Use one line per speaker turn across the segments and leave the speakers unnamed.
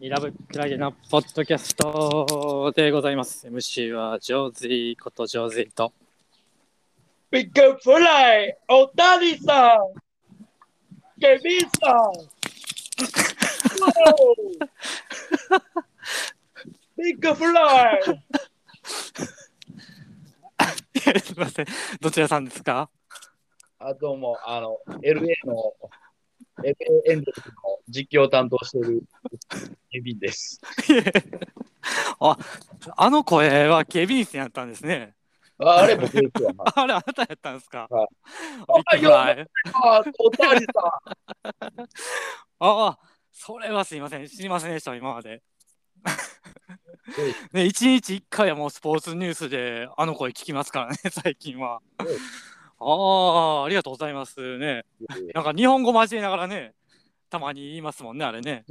イラブクラゲのポッドキャストでございます。MC はジョーズイことジョーズイと。
ビッグフライ、おたりさん、ケビンさん。ビッグフライ、
すみません。どちらさんですか
あどうも、あの、LA の、LA エンゼルスの実況を担当しているケビンです。
あ、あの声は警備員さんやったんですね。
ああれ、僕ですよ。は い
あれ、あなたやったんですか、
はい
びっくりした
あ、おたりさん。
ああ、それはすいません。知りませんでした、今まで。ね、一日一回はもうスポーツニュースであの声聞きますからね、最近は。ああ、ありがとうございますね。なんか日本語交えながらね、たまに言いますもんね、あれね。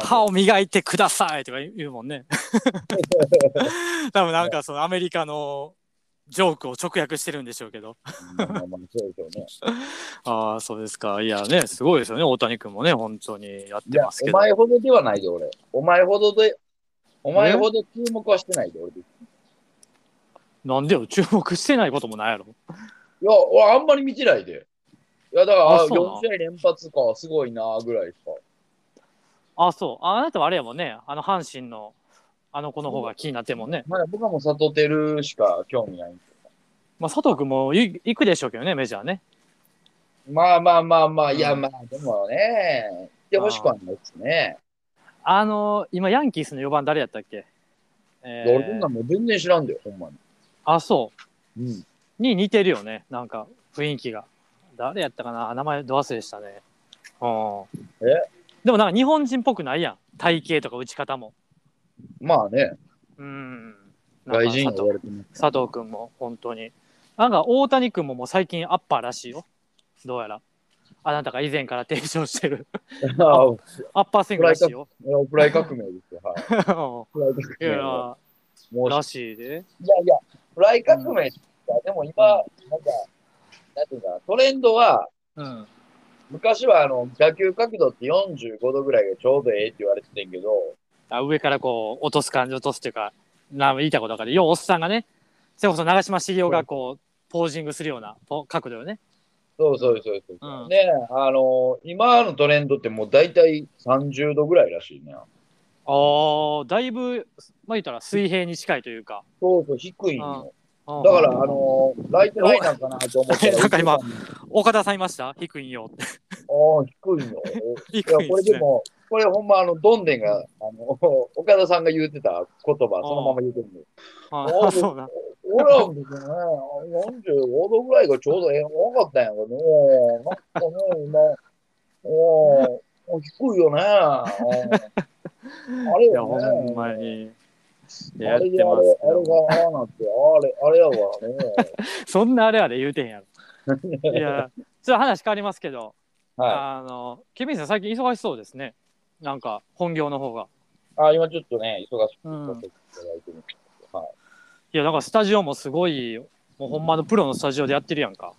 歯を磨いてくださいとか言うもん ね。多分なんかそのアメリカのジョークを直訳してるんでしょうけど。
まあまあまあそうでしょうね
ああ、そうですか。いやね、すごいですよね、大谷君もね、本当にやっ
い
て
や
ますけ
お
ど。
前ほどではないで、俺。お前ほどで、お前ほど注目はしてないで、俺。い
なんでよ、注目してないこともないやろ。
や、俺あんまり見てないで。いや、だから、
あそ
あ
うなの
4試合連発か、すごいな、ぐらいしか。
あそう。あなたはあれやもんね、あの阪神のあの子の方が気になってるもんね。
まあ、僕はもう悟てるしか興味ない。
まあ、佐藤君もい行くでしょうけどね、メジャーね。
まあまあまあまあ、いや、
うん
まあ、でもね、来てほしくはないですね。
あの今、ヤンキースの4番誰やったっけえ
い
ー
や俺、そんなんもう全然知らんで、ほんま
あ、そう。
に。うん。
に似てるよね。なんか雰囲気が。誰やったかな名前ど忘れしたね。うん。
え
でもなんか日本人っぽくないやん。体型とか打ち方も。
まあね、
うん。なんか
外
佐
人や
藤
言われてます。
佐藤君も本当に。なんか大谷君ももう最近アッパーらしいよ。どうやら。あなたが以前から提唱してる
あ
ア
あ
ッパースイングらしいよ。
いやフライ革命ですよ。はい。
うん
フライ
い
革命
や、
をもう
らしいで。
いやいや、フライ革命って言ったらでも今、なんか、なんていうか、トレンドは、
うん。
昔はあの、打球角度って45度ぐらいがちょうどええって言われててんけど、
あ上からこう落とす感じ落とすっていうかなん言いたいことだからようおっさんがねそれこそ長嶋茂雄がこうポージングするようなポ角度よね
そうそうそうそうそう。
うん
ねあの今のトレンドってもう大体30度ぐらいらしいね。
あーだいぶまあ言ったら水平に近いというか
そうそう、低いの。
だ
だから、あのライトライなんかなと思った ら。
なんか今
ああ、
岡田さんいました低いんよって
低いの。
低い
いや、
で
これ
す
で
ね
も、これほんまあの、どんでんが、あの、 岡田さんが言うてた言葉、そのまま言うてるの。
あ
お
ーそうな
俺らもですね、45度ぐらいがちょうどええ分かったんやけどね、なんかね、今、おー低いよね。うんあれ
いや
よ
ほ
ね。
んまにや
あ
っ
れ
て
であれ、あ
ますけ
れ
ど
がああなって、あれ、あれやからね。
そんなあれあれ言うてんや ろいやちょっと話変わりますけど、
はい。
あのケビンさん最近忙しそうですねなんか本業の方が
あ、今ちょっとね、忙しく
うん
させていただいてるんですけど、はい
やだからスタジオもすごいもうほんまのプロのスタジオでやってるやんか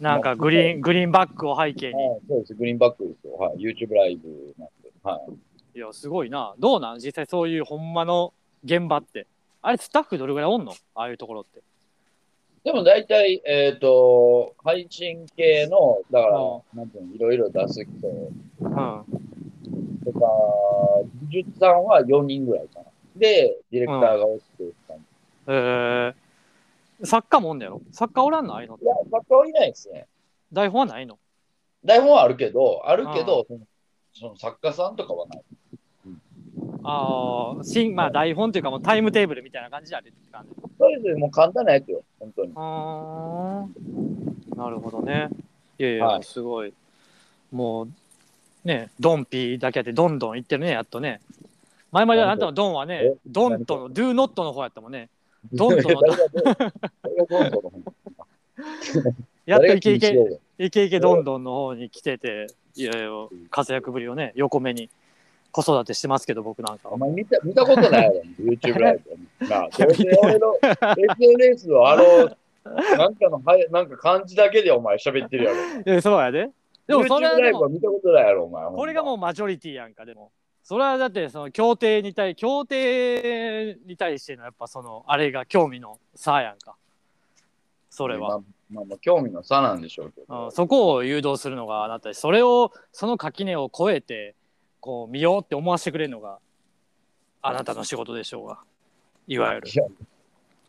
なんかグリーングリーンバックを背景
い。
に
はい、そうです、グリーンバックですよ。はい、YouTube ライブなんで。はい。
いやすごいなどうなん実際そういうほんまの現場ってあれスタッフどれぐらいおんのああいうところって
でも大体、えっ、と、配信系の、だから
うん、
なんていうの、いろいろ出す人
うんあ
とか、技術さんは4人ぐらいかな。で、ディレクターが落ちてる感じ。
えー、作家もおんねやろ作家おらんのああいうのって
いや、作家はいないですね。
台本はないの
台本はあるけど、あるけど、そのその作家さんとかはない。
ああ新まあ台本というかもうタイムテーブルみたいな感じであれって感じ
それぞれもう簡単なやつよ、本当に。
あーなるほどね。いやいや、
はい
すごい。もう、ね、ドンピーだけでどんどんいってるね、やっとね。前まではあ
何
ん
と
たのドンはね
え、
ドンとの、ドゥーノットの方やったもんね。ど
ど
んどん
ん 誰がどん誰がどんどん。
やっと
誰が
イケイ
禁止
ケ、
用語
イケイケどんどんの方に来てて、いやいや、活躍ぶりをね、横目に子育てしてますけど、僕なんか
お。前見た見たことないや ろ、YouTube ライブ。なあ、どうせ俺の SNS をあの、なんかの、はいなんか漢字だけでお前喋ってるやろ。
え、そうやで。でもそれ
YouTube
はで
ライブ
も
は見たことないやろ、お前。
これがもうマジョリティやんかでもそれはだってその協定に対協定に対してのやっぱそのあれが興味の差やんかそ
そ
れは、
まあ、まあまあ、興味の差なんでしょうけ
う
ど。
ん、そこを誘導するのがあなたそれをその垣根を越えてこう見ようって思わせてくれるのがあなたの仕事でしょうがいわゆる
いや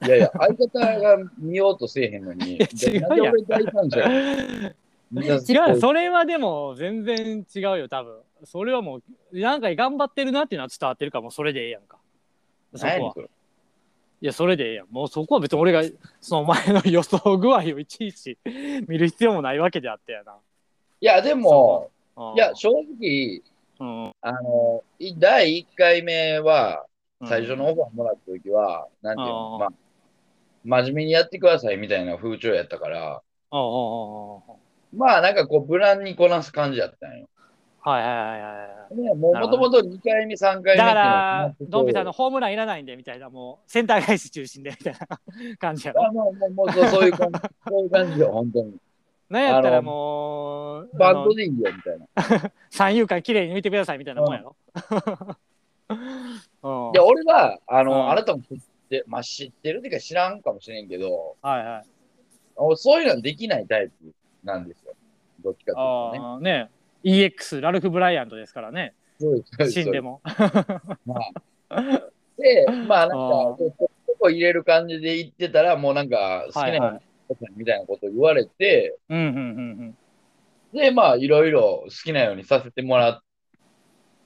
いやいや、相方が見ようとせえへんのに、
違うやん
なんで俺大 感者やみんな
違うそれはでも全然違うよ多分それはもうなんか頑張ってるなっていうのは伝わってるからもうそれでええやんかそこ
何
は
それ
いや、それでええやん。もうそこは別に俺が、そのお前の予想具合をいちいち見る必要もないわけであったやな。
いや、でも、
うん
いや、正直、
うん、
あの、い第1回目は、最初の
うん
オファーもらった時は、なんていう
あ
の
ー、
まあ、真面目にやってくださいみたいな風潮やったから、
おうおうおうおう
まあなんかこう、無難にこなす感じやったんよ。
はいはいはいはいは
ね、も
なるほ
と
ど
もと2回目、3回目ってい
い。
うの
だから、
は決まってて
ドンピさんのホームランいらないんで、みたいな、もう、センター返し中心で、みたいな感じやろ。
あもう、もう、もうそうそういう 感じ、そういう感じよ、本当に。
なんやったらもう、
バ
あ
ンド
の
でいいよ、みたいな。
三遊間綺麗に見てください、みたいなもんやろ。 うん、
で、俺は、あの、
うん
あなたも知って、まあ知ってるっていうか知らんかもしれんけど、
はいはい。
俺そういうのできないタイプなんですよ。どっちか
あ
っていうとね。
あ、ね。EX、ラルフ・ブライアントですからね、
そうですそうです
死んでも。
で、まあなんか、
あー
こうここ入れる感じで言ってたら、もうなんか、好き
はい
な
はい。
ようにみたいなこと言われて、
うんうんうんうん。
で、まあ、いろいろ好きなようにさせてもらっ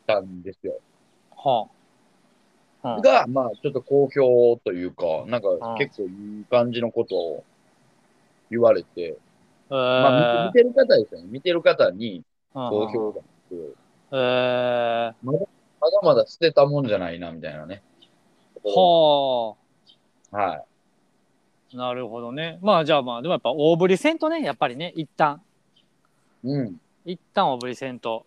たんですよ。
はあ。はあ
が、まあ、ちょっと好評というか、なんか
ん
結構いい感じのことを言われて、
えー
まあ、見て見てる方ですよね。見てる方に
うん
好評があって、
えー
まだまだ捨てたもんじゃないな、みたいなね。
は
はい。
あ、なるほどね。まあじゃあまあ、でもやっぱ大振りせんとね、やっぱりね、一旦、
うん。
一旦大振りせんと。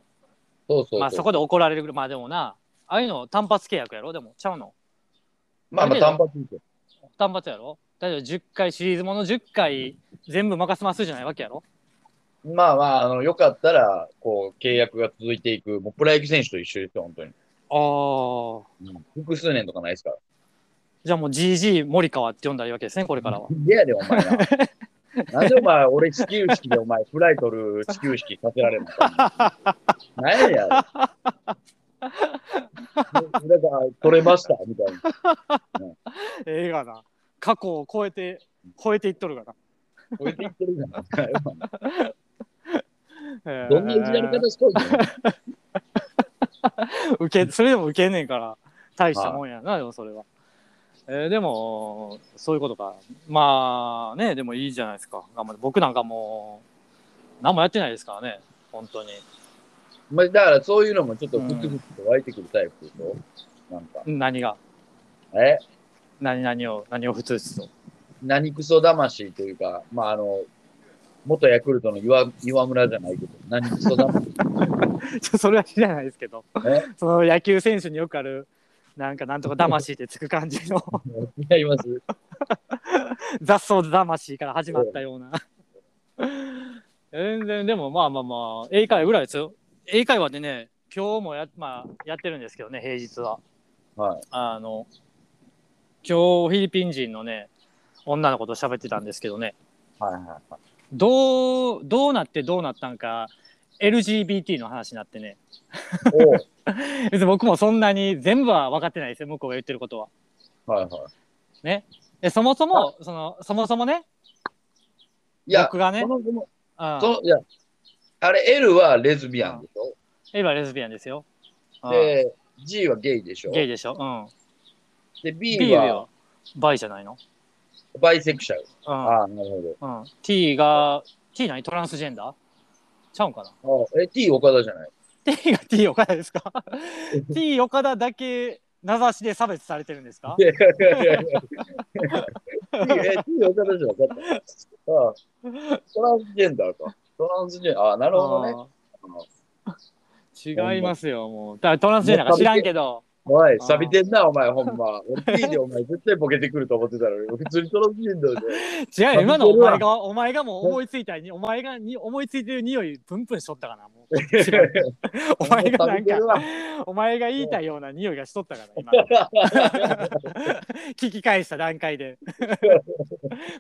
そうそうそう。
まあそこで怒られるぐらい、まあでもな、ああいうの単発契約やろ、でも、ちゃうの。
まあまあ、単発ですよ。
単発やろ。だけど10回、シリーズもの10回全部任せますじゃないわけやろ。
まあまあ、あの、よかったら、こう、契約が続いていく、もうプロ野球選手と一緒ですよ、本当に。
ああ。
複数年とかないですから。
じゃあもう GG 森川って呼んだらいいわけですね、これからは。
いやで、お前 な。なんでお前、俺始球式でお前、フライトル始球式させられるのか。 なんやねんやろ。だから、取れました、みたいな。
ええがな。過去を超えて、超えていっとるがな。
こうやって言ってるじゃん。
えー
どんなやり方しといてん の
受けそれでも受けんねんから大したもんやな、でもそれは、えーでもそういうことかまあねでもいいじゃないですか頑張って僕なんかもう何もやってないですからね本当に
まあ、だから、そういうのもちょっとぐつぐつと湧いてくるタイプでしょ。なんか、
何が
え
何何を何を普通ですと
何クソ魂というか、まあ、あの、元ヤクルトの岩岩村じゃないけど、何クソ魂。
ちょそれは知らないですけど
え
その野球選手によくあるなんかなんとか魂ってつく感じの
やり ます
雑草魂から始まったような全然でもまあまあまあ英会話ぐらいですよ英会話でね今日もや,、まあ、やってるんですけどね平日は
はい。
あの今日フィリピン人のね女の子と喋ってたんですけどね
はいはいはい。
どうどうなってどうなったんか LGBT の話になってね
おう
別に僕もそんなに全部は分かってないですよ向こうが言ってることは
はいはい。
でそもそもそのそもそもね
いや、
僕がね
その子も
うん
そのいや、あれ、L はレズビアンでしょ、
エヴァレズビアンですようん
で、G はゲイでしょ
ゲイでしょうん
で、
ビ
B
ールは
は
倍じゃないの、
バイセクシャル。
う
ああ、なるほ
んうん、?T が、T 何トランスジェンダーちゃうんかな
ど。あえ、T 岡田じゃない
?T が T 岡田です か ?T 岡田だけ名指しで差別されてるんですか
いやいやいやいや T え T 岡田じゃなかった。ああ トランスジェンダーか。トランスジェンダー。ああ、なるほどね。
あー違いますよ、もう。だからトランスジェンダーか知らんけど、
おい、錆びてんな、お前、ほんま。俺、P でお前、絶対ボケてくると思ってた のに、普通にその時点で。
違うよ今のお前が、お前がもう思いついたに、お前がに思いついてる匂い、プンプンしとったかな、も う。お前がなんか、 お前が言いたいような匂いがしとったから、今。 聞き返した段階で。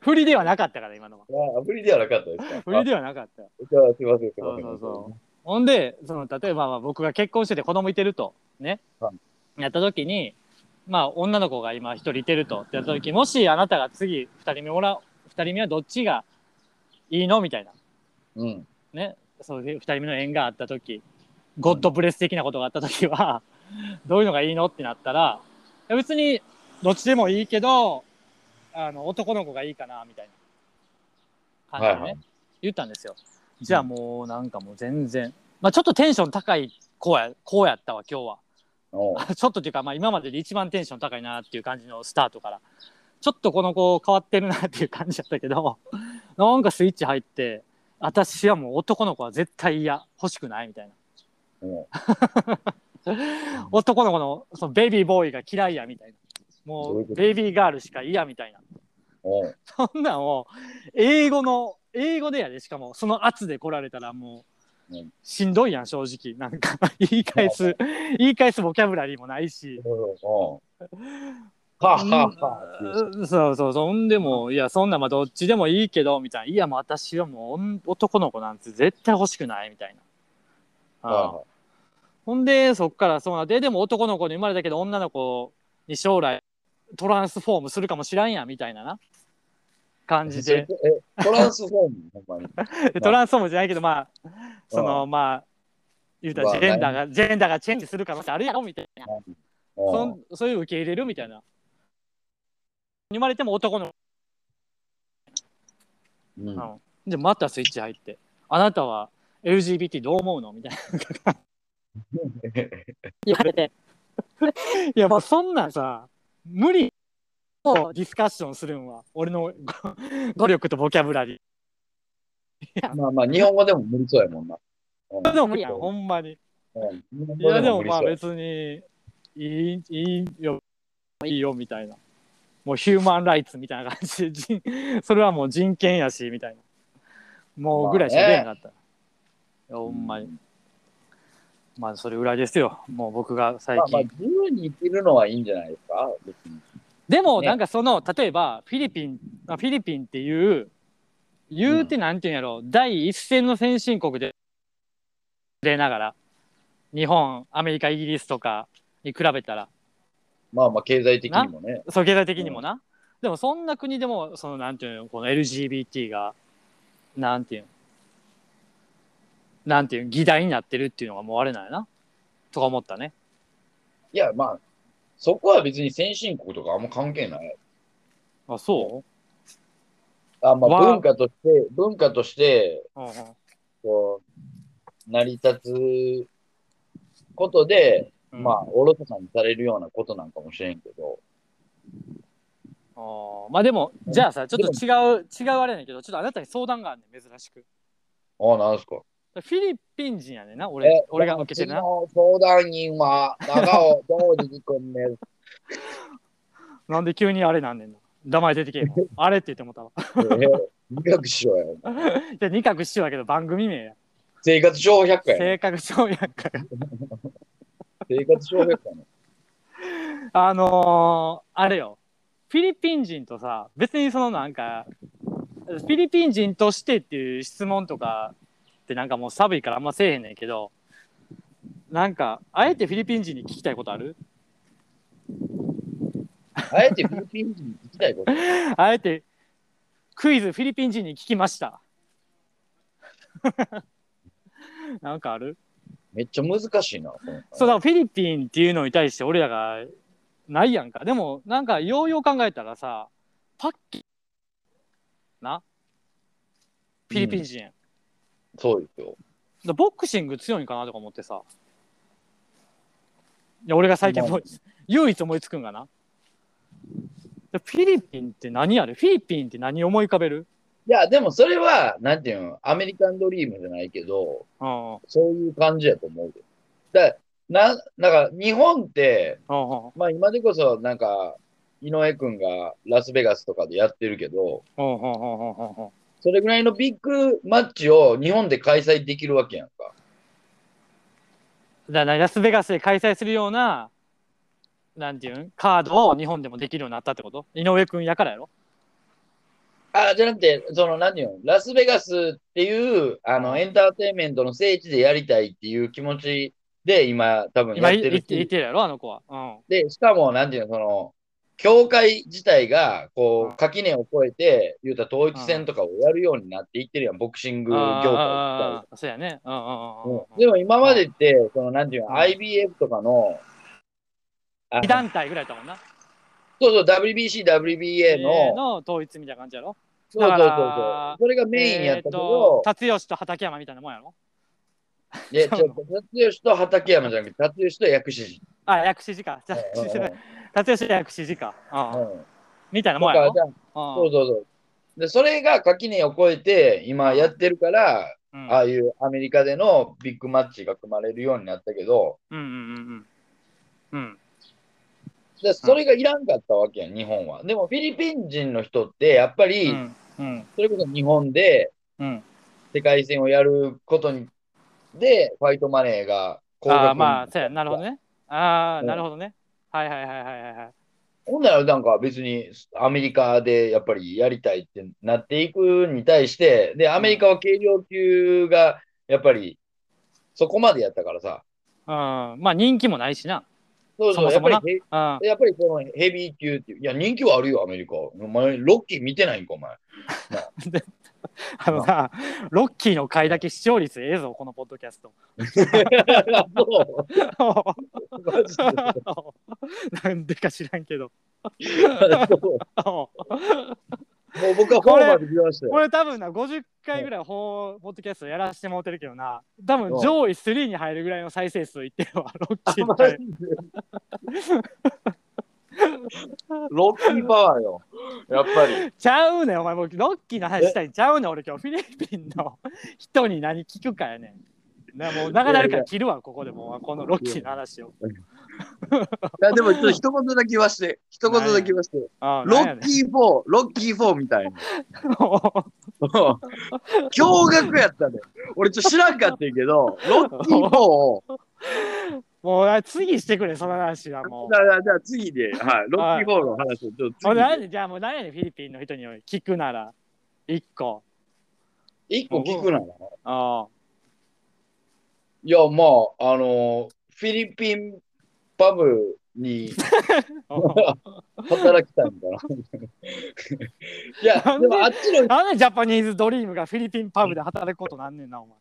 振りではなかったから、今のは。
ああ、無理ではなかったですか。
振りではなかった。
あじゃあすいません、すい
そ
ま
う
せん。
そうそう。ほんで、その例えばまあ僕が結婚してて子供いてると、ね、
は
やった時に、まあ女の子が今一人いてるとってやった時、もしあなたが次二人目おら、二人目はどっちがいいのみたいな、
うん。
ね、そういう二人目の縁があった時、ゴッドブレス的なことがあった時は、 どういうのがいいのってなったら、いや別にどっちでもいいけど、あの男の子がいいかな、みたいな感じでね、
はいはい
言ったんですよ。じゃあもうなんかもう全然、まあ、ちょっとテンション高い子やこうやったわ今日は
おう。
あ ちょっとっていうか、まあ、今までで一番テンション高いなっていう感じのスタートからちょっとこの子変わってるなっていう感じだったけどなんかスイッチ入って私はもう男の子は絶対嫌欲しくないみたい
お
な男の子のそのベイビーボーイが嫌いやみたいなも
どういう
う
こと
ベイビーガールしか嫌みたいな
おう。
そんなんを英語の英語でやでしかもその圧で来られたらもう
うん
しんどいやん正直なんか言い返す言い返すボキャブラリーもないし
おう。はあ、はあ、はあ。
うそうそうそんでもいやそんなんまあどっちでもいいけどみたいないやもう私はもう女男の子なんて絶対欲しくないみたいな、うん
は
ほんでそっからそうなってでも男の子に生まれたけど女の子に将来トランスフォームするかもしらんやみたいなな感じで
え、トランスフォーム、ほんまに。
で トランスフォームじゃないけどまあそのまあ言うたらジェンダーが、ジェンダーがチェンジする可能性あるやろみたいなそ
おうん
そういう受け入れるみたいな生まれても男の
うん。
あ子でまたスイッチ入ってあなたは LGBT どう思うのみたいな言われていやまあそんなんさ無理をディスカッションするんは俺のご 努力とボキャブラリー
まあまあ、日本語でも無理そうやもんな。
それでも無理やんほんまに
うん日本
い
語
やで
で
も
も無理
まあ
そうや。
別にいいいいよいいよみたいなもうヒューマンライツみたいな感じで人それはもう人権やしみたいなもうぐらいしか出なかった、いやほんまにまあそれぐらいですよもう僕が最
まあ
近、
まあ、自由に生きるのはいいんじゃないですか、別に。
でも
ね
なんかその、例えばフィリピンあフィリピンっていう言うてなんていうんやろ、第一線の先進国で出ながら日本アメリカイギリスとかに比べたら
まあまあ、経済的にもね。
そう経済的にもな、でもそんな国でもそのなんていうのこの LGBT がなんていうのなんていうの議題になってるっていうのがもうあれなんやなとか思ったね
いや、まあ、そこは別に先進国とかあんま関係ない。
あそ
あまあ、
わあ
文化として、文化として、
う、うんうん、
こう、成り立つことで、まあ、おろそかにされるようなことなんかもしれんけど、
あーまあでもじゃあさちょっと違う違うあれやねんけどちょっとあなたに相談があんねん珍しく
ああ、なんすか。
フィリピン人やねんな俺俺が受けてるな
うちの相談員は、長尾道理君です。
なんで急にあれなんねんな名前出てけえへんわあれって言ってもうたわ
えー二角師匠やお前
じゃあ二角師匠やけど番組名や
生活小百科やね。
性格上やんか
生活小百科やね。
あのーあれよ、フィリピン人とさ、別にそのなんか、フィリピン人としてっていう質問とかってなんかもう寒いからあんませえへんねんけど、なんか、あえてフィリピン人に聞きたいことある
あえてフィリピン人に聞きたいこと。
あえて、クイズフィリピン人に聞きました。 なんかある
めっちゃ難しいな。
そうだからフィリピンっていうのに対して俺らがないやんかでもなんかようよう考えたらさパッキなフィリピン人、だか
そうですよ。
らボクシング強いんかなとか思ってさいや俺が最近思い唯一思いつくんかなでフィリピンって何やるフィリピンって何思い浮かべる
いや、でもそれは、なんていうの、アメリカンドリームじゃないけど、
うん
そういう感じやと思うで。だからな、なんか日本って、
うんうん
まあ今でこそなんか、井上くんがラスベガスとかでやってるけど、
うんうんうんうんうんうん
それぐらいのビッグマッチを日本で開催できるわけやんか。
だからラスベガスで開催するような、なんていうん、カードを日本でもできるようになったってこと井上くんやからやろ
あ、じゃなくて、その何よ、ラスベガスっていう、あの、エンターテインメントの聖地でやりたいっていう気持ちで今、多分や
今
っ
い
て
言
る
って言ってるやろあの子は。うん。
で、しかも、なんていうの、その、教会自体が、こ
うん
う、垣根を越えて、言うたら統一戦とかをやるようになっていってるやん、ボクシング業界自体
あーそうやね。うんうんうんうん
もうでも今までって、その、なんていうの、
うん
IBF とかの、あ
二団体ぐらいだもんな。
そうそう、WBC、WBA の、
の統一みたいな感じやろ
そうそうそう
だか
そ
ら
う、それがメインやった
え
け
ーと
ど、
辰吉と畠山みたいなもんやろ
で、ちょっと、辰吉と畠山じゃなくて、辰吉と薬師寺。
あ、薬師寺か。
うんうんうん
辰吉薬師寺か。うん
うん
みたいな
だ
も
か
んや
ら
ろ
じゃあそうそうそう。で、それが垣根を越えて、今やってるから、
うんうん
ああいうアメリカでのビッグマッチが組まれるようになったけど、
うんうんうんうん。うん。
でそれがいらんかったわけやん、日本は。でも、フィリピン人の人って、やっぱ
う
り、
んうん
それこそ日本で
うん。
世界戦をやることにで、ファイトマネーが高
あ
額
あ
に
まあそうやなるほどねああ、
うん
なるほどねはいはいはいはいはいはい
ほんならなんか別にアメリカでやっぱりやりたいってなっていくに対して、で、アメリカは軽量級がやっぱりそこまでやったからさ、
うん、まあ人気もないしな。
そうそう、
そもそもな
やっぱり
うん、
へ、やっぱりこのヘビー級っていう、いや、人気はあるよ、アメリカ。お前、ロッキー見てないんか、お前。
あのさ、ロッキーの回だけ視聴率ええぞ、このポッドキャスト。
そうマジで
なんでか知らんけど。
そう
こ
もう僕はフォーまで見ましたよ。
れ多分な、50回ぐらいほうポッドキャストやらしてもらってるけどな、多分上位3に入るぐらいの再生数いってるわ、ロッキーの
マジ
回
で ロッキーパワーよ。やっぱり。
ちゃうねん、お前もうロッキーの話したいんちゃうねん、俺今日フィリピンの人に何聞くかやねん。なもう長なるから切るわ、ここでもう、このロッキーの話を。
いやでも、ちょっと一言だけ言わして、一言だけ言わして。
ああ
ロ
なんや
ッ
ねん
キー4、ロッキー4みたいな。
も
驚愕やったね。俺ちょっと知らんかったんやけど、ロッキー4を、
うもうあ次してくれ、その話はも
じゃあじゃあ 次で、はい、ロッキー4の話をちょ
う。も
っ
う
と
何じゃあもう何やねん、フィリピンの人に聞くなら、一個。
次。一個聞くな。い
あ
や、まあ、あのーフィリピンパブに
あ。
働きたいんだ な。いや、でもあっちの、
なんでジャパニーズドリームがフィリピンパブで働くことなんねんな、お前。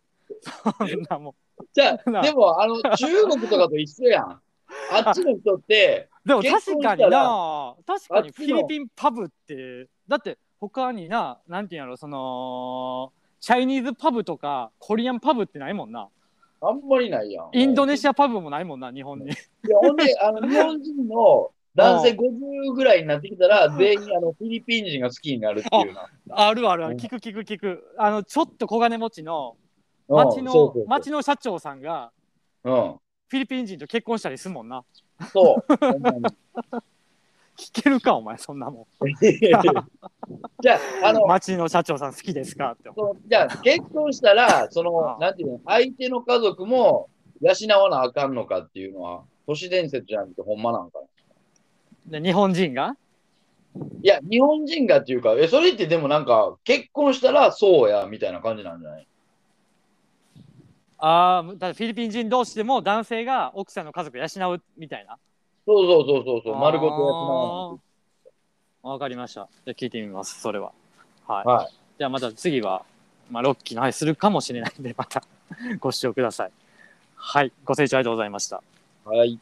そんなも
じゃあでも、あの、中国とかと一緒やん。あっちの人って、
ん。でも
結
確
婚
か
したら
にな、確かに
あ
フ
っちの
ィリピンパブって、だって他にな、なんていうんやろ、その、チャイニーズパブとかコリアンパブってないもんな。
あんまりないやん。
インドネシアパブもないもんな、日本に。
いや、ほんで、あの、日本人の男性50ぐらいになってきたら、全員、あの、フィリピン人が好きになるっていうな。
あるあるある、
うん
聞く聞く聞く。あの、ちょっと小金持ちの
うん
町
そう
の
そうそう、
町の社長さんが
うん。
フィリピン人と結婚したりすんもんな。
そうほんまに。
聞けるか、お前、そんなも
じゃあ、あ
ん。
の、
町の社長さん好きですかって。
そのじゃあ、結婚し たら、そ
あ
の、なんていうの、相手の家族も養わなあかんのかっていうのは、都市伝説じゃなくて、ほんまなんかな。
で日本人が
いや、日本人がっていうか、え、それってでもなんか、結婚したらそうや、みたいな感じなんじゃない
ああ、だってフィリピン人同士でも男性が奥さんの家族養うみたいな。
そうそうそうそうそう、丸ごとやつな
あーわかりました。じゃあ聞いてみます、それは。はい。
はい
じゃあまた次は、まあ、ロッキーの話するかもしれないんで、またご視聴ください。はい。ご清聴ありがとうございました。
はい。